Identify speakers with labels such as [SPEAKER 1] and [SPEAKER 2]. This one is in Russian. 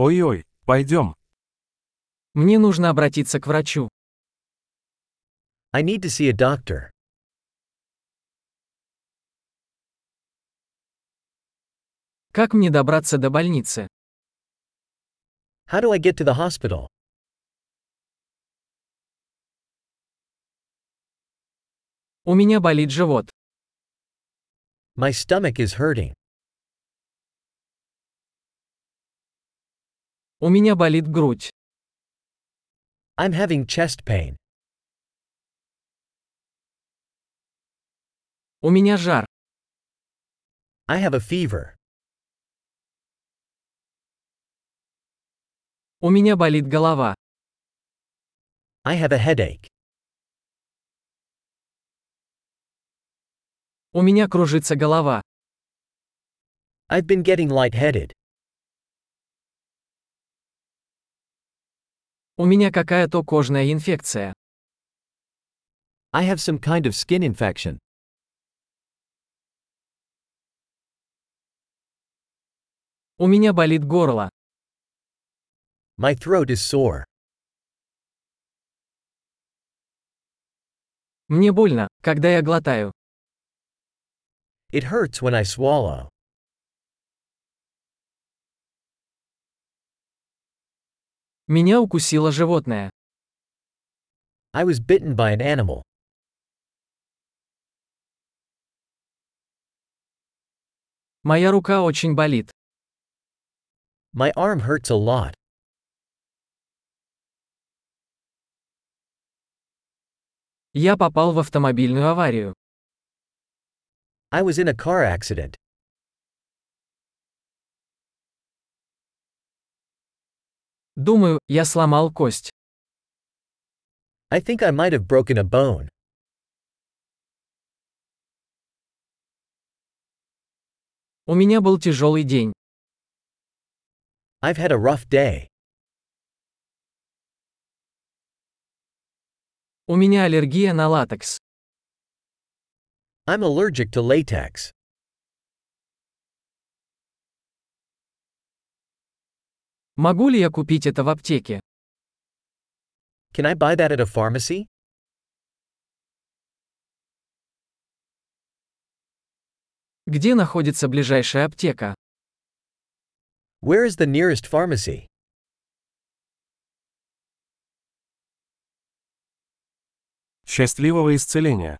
[SPEAKER 1] Ой-ой, пойдем.
[SPEAKER 2] Мне нужно обратиться к врачу.
[SPEAKER 3] I need to see a doctor.
[SPEAKER 2] Как мне добраться до больницы?
[SPEAKER 3] How do I get to the hospital?
[SPEAKER 2] У меня болит живот.
[SPEAKER 3] My stomach is hurting.
[SPEAKER 2] У меня болит грудь.
[SPEAKER 3] I'm having chest pain.
[SPEAKER 2] У меня жар.
[SPEAKER 3] I have a fever.
[SPEAKER 2] У меня болит голова.
[SPEAKER 3] I have a headache.
[SPEAKER 2] У меня кружится голова.
[SPEAKER 3] I've been getting lightheaded.
[SPEAKER 2] У меня какая-то кожная инфекция.
[SPEAKER 3] I have some kind of skin infection.
[SPEAKER 2] У меня болит горло.
[SPEAKER 3] My throat is sore.
[SPEAKER 2] Мне больно, когда я глотаю.
[SPEAKER 3] It hurts when I swallow.
[SPEAKER 2] Меня укусило животное.
[SPEAKER 3] I was bitten by an animal.
[SPEAKER 2] Моя рука очень болит.
[SPEAKER 3] My arm hurts a lot.
[SPEAKER 2] Я попал в автомобильную аварию.
[SPEAKER 3] I was in a car accident.
[SPEAKER 2] Думаю, я сломал кость.
[SPEAKER 3] I think I might have broken a bone.
[SPEAKER 2] У меня был тяжелый день.
[SPEAKER 3] I've had a rough day.
[SPEAKER 2] У меня аллергия на латекс.
[SPEAKER 3] I'm allergic to latex.
[SPEAKER 2] Могу ли я купить это в аптеке?
[SPEAKER 3] Can I buy that at a pharmacy?
[SPEAKER 2] Где находится ближайшая аптека?
[SPEAKER 3] Where is the nearest pharmacy?
[SPEAKER 1] Счастливого исцеления!